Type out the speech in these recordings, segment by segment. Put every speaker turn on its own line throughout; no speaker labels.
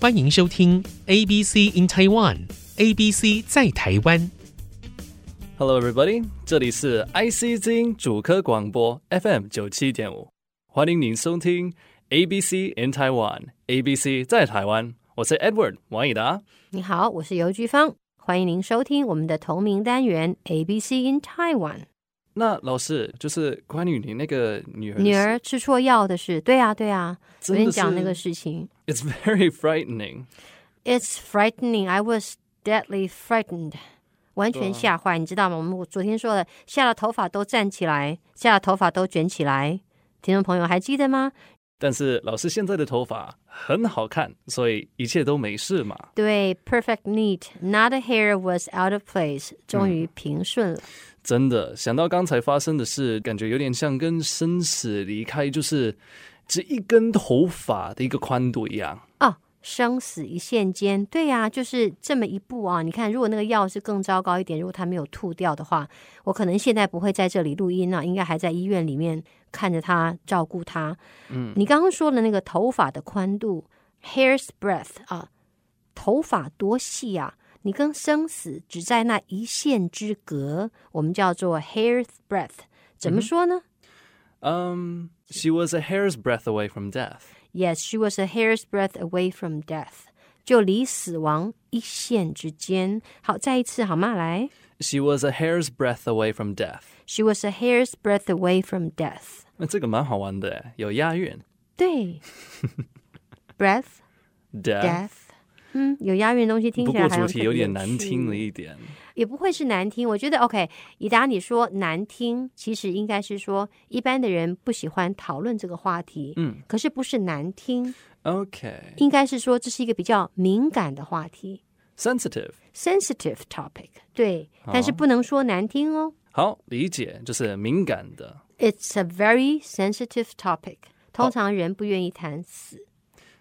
欢迎收听 ABC in Taiwan，ABC 在台湾。
Hello, everybody！这里是 IC 之音主科广播 FM 九七点五，欢迎您收听 ABC in Taiwan，ABC 在台湾。我是 Edward 王以达。
你好，我是尤菊芳，欢迎您收听我们的同名单元 ABC in Taiwan。
那老师，就是关于你那个女儿的事
女儿吃错药的事，对啊，对啊，昨
真的是
天讲那个事情
，It's very frightening。
，It's frightening. I was deadly frightened，完
啊
全吓坏，你知道吗？我们我昨天说了，吓得头发都站起来，吓得头发都卷起来。听众朋友还记得吗？
但是老师现在的头发很好看，所以一切都没事嘛。
对，perfect neat, not a hair was out of place，终
嗯
于平顺了。
真的，想到刚才发生的事，感觉有点像跟生死离开，就是只一根头发的一个宽度一样。
哦，生死一线间，对呀、就是这么一步啊！你看，如果那个药是更糟糕一点，如果他没有吐掉的话，我可能现在不会在这里录音了、应该还在医院里面看着他，照顾他。嗯，你刚刚说的那个头发的宽度 （hair's breadth） 啊，头发多细啊！你跟生死只在那一线之隔，我们叫做 hair's breadth。怎么说呢、
Um, she was a hair's breadth away from death.
y e s she was a hair's breadth away from death，就离死亡一线之间。好，再一次好吗？来
She was a hair's breadth away from death.
，She was a hair's breadth away from death。
那这个蛮好玩的，有押韵。
对，breath
death，
death，嗯，有押韵的东西听
不
起来
过
好像
主题
特
有
别
点难
趣
听了一点。
也不会是难听。我觉得 OK，以达你说难听，其实应该是说一般的人不喜欢讨论这个话题。
嗯，
可是不是难听，
OK，sensitive，、
应该是说这是一个比较敏感的话题。sensitive topic，对，但是不能说难听哦。
好理解，就是敏感的。
It's a very sensitive topic，通常人不愿意谈死。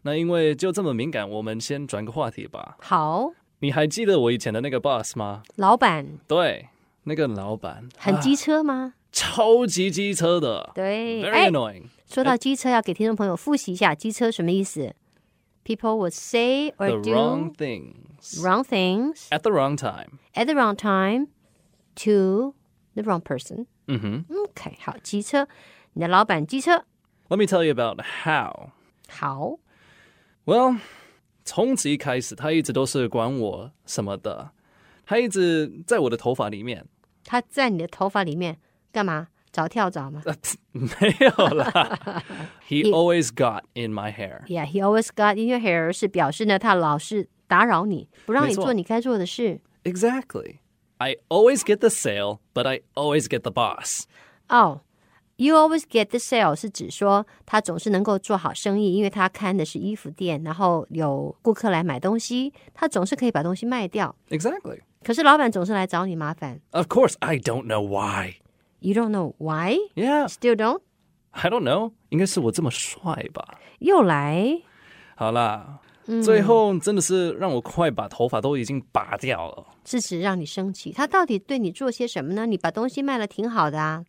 那因为就这么敏感，我们先转个话题吧。
好，
你还记得我以前的那个 boss 吗？
老板
对，那个老板
很
啊
机车吗？
超级机车的
对，
，very annoying、
说到机车，要给听众朋友复习一下机车什么意思。People would say or
the wrong
do
things
wrong things
at the wrong time。
at the wrong time to the wrong person。
嗯哼
OK，好，机车，你的老板机车，
，Let me tell you about how。
好，
Well，从此一开始，他一直都是管我什么的，他一直在我的头发里面。
他在你的头发里面干嘛？找跳蚤吗？
没有啦 ，He always got in my hair。
Yeah, he always got in your hair 是表示呢，他老是打扰你，不让
没
你
错
做你该做的事。
Exactly. I always get the sale, but I always get the boss.
哦、y o u always get the sale 是指说他总是能够做好生意，因为他看的是衣服店，然后有顾客来买东西，他总是可以把东西卖掉。
Exactly.
可是老板总是来找你麻烦。
Of course, I don't know why.
You don't know why,
Yeah,
still don't。
I don't know. 应该是我这么帅吧？
又来，
好啦，最后真的是让我快把头发都已经拔掉了。
是指让你生气。他到底对你做些什么呢？你把东西卖了挺好的啊。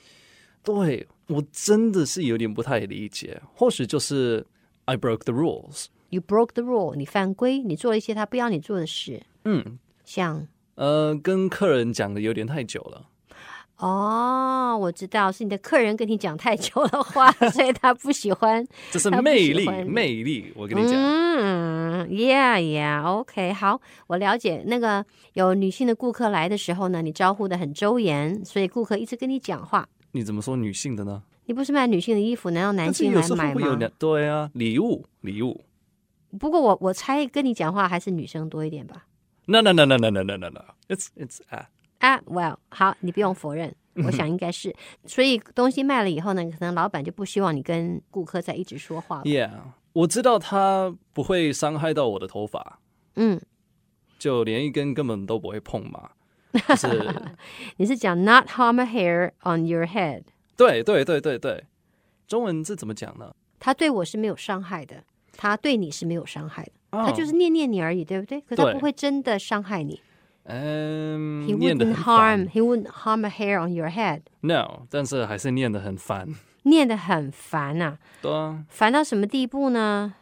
对我真的是有点不太理解，或许就是 I broke the rules。
You broke the rule，你犯规，你做了一些他不要你做的事。
嗯，
像
呃，跟客人讲的有点太久了。
哦，我知道是你的客人跟你讲太久的话，所以他不喜欢。
这是
他不
魅
喜
力，
欢你
魅力！我 跟你讲，
嗯，Yeah Yeah，OK，、好，我了解。那个有女性的顾客来的时候呢，你招呼的很周延，所以顾客一直跟你讲话。
你怎么说女性的呢？
你不是卖女性的衣服，难道男
但是
性
有
来
时候
买
会有
吗
两？对啊，礼物，礼物。
不过我我猜跟你讲话还是女生多一点吧。
No no no no no no no no no. It's it's 啊，
啊，Well，好，你不用 否认，我想应该是。所以东西卖了以后呢，可能老板就不希望你跟顾客再一直说话了。
yeah，我知道他不会伤害到我的头发，
嗯，
就连一根根本都不会碰嘛。就是，
你是讲 not harm a hair on your head，
对对对对对，中文是怎么讲呢？
他对我是没有伤害的，他对你是没有伤害的，
哦
他就是念念你而已，对不对？可他
对
不会真的伤害你。
嗯
He，
念的
wouldn't
很烦
harm, he wouldn't harm a hair on your head，
No，但是还是念得很烦。
念得很烦啊，
对啊，
烦到什么地步呢？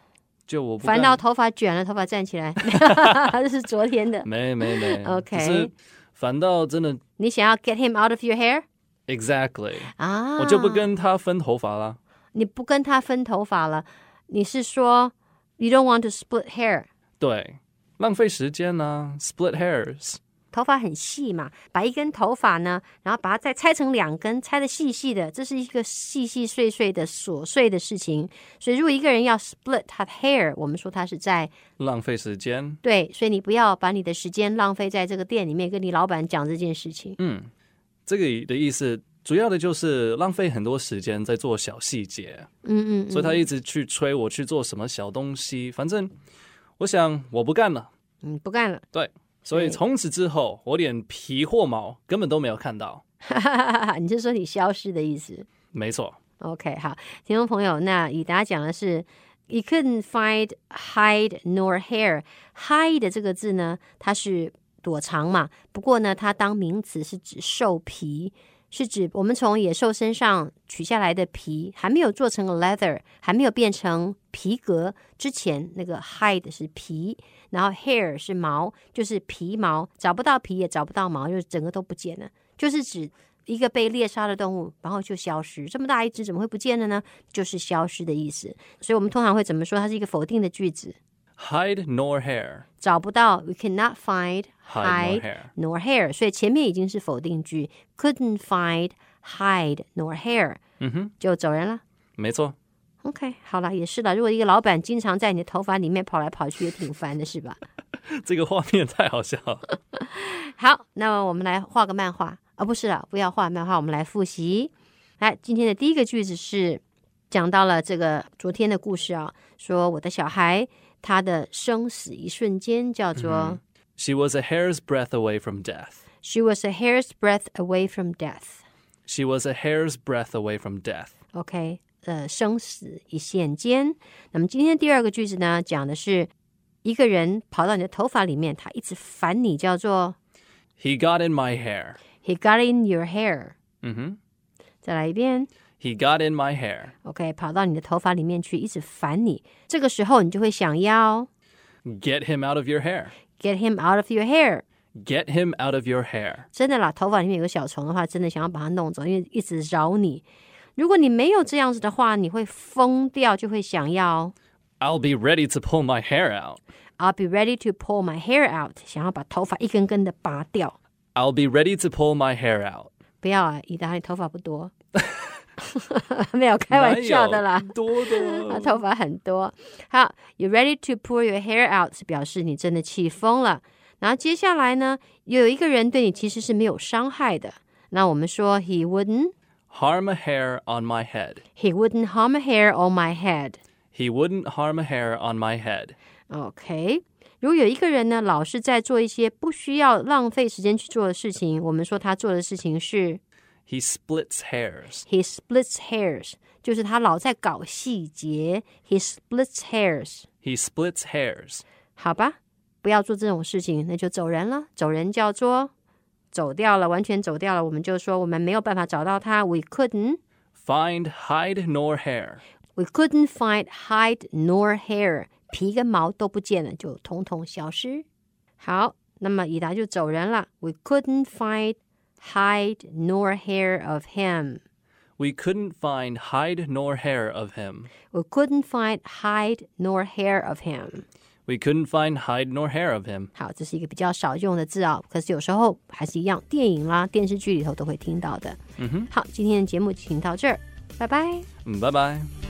就我不
烦
干
恼头发卷了，头发站起 来， 这是昨天的。
没没 没
OK
只是反倒真的
你想要 get him out of your hair
exactly，、
啊？
我就不跟他分头发啦。
你不跟他分头发了，你是说 you don't want to split hair？
对，浪费时间啦、s p l i t hairs，
头发很细嘛，把一根头发呢，然后把它再拆成两根，拆的细细的，这是一个细细碎碎的琐碎的事情。所以，如果一个人要 split 他的 hair，我们说他是在
浪费时间。
对，所以你不要把你的时间浪费在这个店里面跟你老板讲这件事情。
嗯，这个的意思主要的就是浪费很多时间在做小细节，
嗯嗯
所以
嗯，
他一直去催我去做什么小东西。反正我想我不干了，
嗯，不干了。
所以
对
从此之后我连皮或毛根本都没有看到。
你是说你消失的意思
没错，
？OK，好，听众朋友，那以达讲的是。You couldn't find hide nor hair. Hide 这个字呢，它是躲藏嘛，不过呢，它当名词是指兽皮，是指我们从野兽身上取下来的皮，还没有做成 leather，还没有变成皮革之前，那个 hide 是皮，然后 hair 是毛，就是皮毛，找不到皮也找不到毛，就是整个都不见了，就是指。一个被猎杀的动物，然后就消失，这么大一只怎么会不见了呢？就是消失的意思。所以我们通常会怎么说？它是一个否定的句子，
hide nor hair，hide
找不到，we cannot find
nor
hide
hair。
nor hair，所以前面已经是否定句，couldn't find hide nor hair
嗯哼，
就走人了。
没错，
OK，好了，也是了。如果一个老板经常在你的头发里面跑来跑去，也挺烦的，是吧？
这个画面太好笑了。
好，那么我们来画个漫画啊，不是了，不要画漫画，我们来复习。来，今天的第一个句子是讲到了这个昨天的故事啊，说我的小孩他的生死一瞬间叫做、
She was a hair's breadth away from death.
she was a hair's breadth away from death。
She was a hair's breadth away from death.
OK，呃，生死一线间。那么今天第二个句子呢，讲的是一个人跑到你的头发里面，他一直烦你，叫做
He got in my hair.
He got in your hair。
Mm-hmm.
再来一遍
He got in my hair.
，OK，跑到你的头发里面去，一直烦你。这个时候你就会想要
Get him out of your hair.
get him out of your hair。
Get him out of your hair.
真的啦，头发里面有个小虫的话，真的想要把它弄走，因为一直扰你。如果你没有这样子的话，你会疯掉，就会想要
I'll be ready to pull my hair out.
I'll be ready to pull my hair out，想要把头发一根根的拔掉。
I'll be ready to pull my hair out.
不要啊，以达你头发不多， 没有开玩笑的啦。 他头发很多。好，You ready to pull your hair out 是表示你真的气疯了。然后接下来呢，有一个人对你其实是没有伤害的。那我们说 He wouldn't,
harm a hair on my head.
He wouldn't harm a hair on my head.
He wouldn't harm a hair on my head.
OK。如果有一个人呢，老是在做一些不需要浪费时间去做的事情，我们说他做的事情是
He splits hairs.
He splits hairs，就是他老在搞细节。He splits hairs，
He splits hairs.
好吧，不要做这种事情，那就走人了。走人叫做走掉了，完全走掉了，我们就说我们没有办法找到他。We couldn't,
Find hide nor hair.
we couldn't find hide nor hair，皮跟毛都不见了，就统统消失。好，那么以达就走人了。We couldn't find hide nor hair of him.
We couldn't find hide nor hair of him.
We couldn't find hide nor hair of him.
We couldn't find hide nor hair of him.
好，这是一个比较少用的字啊、可是有时候还是一样，电影啦、电视剧里头都会听到的。嗯哼，好，今天的节目就请到这儿，拜拜。
Bye bye.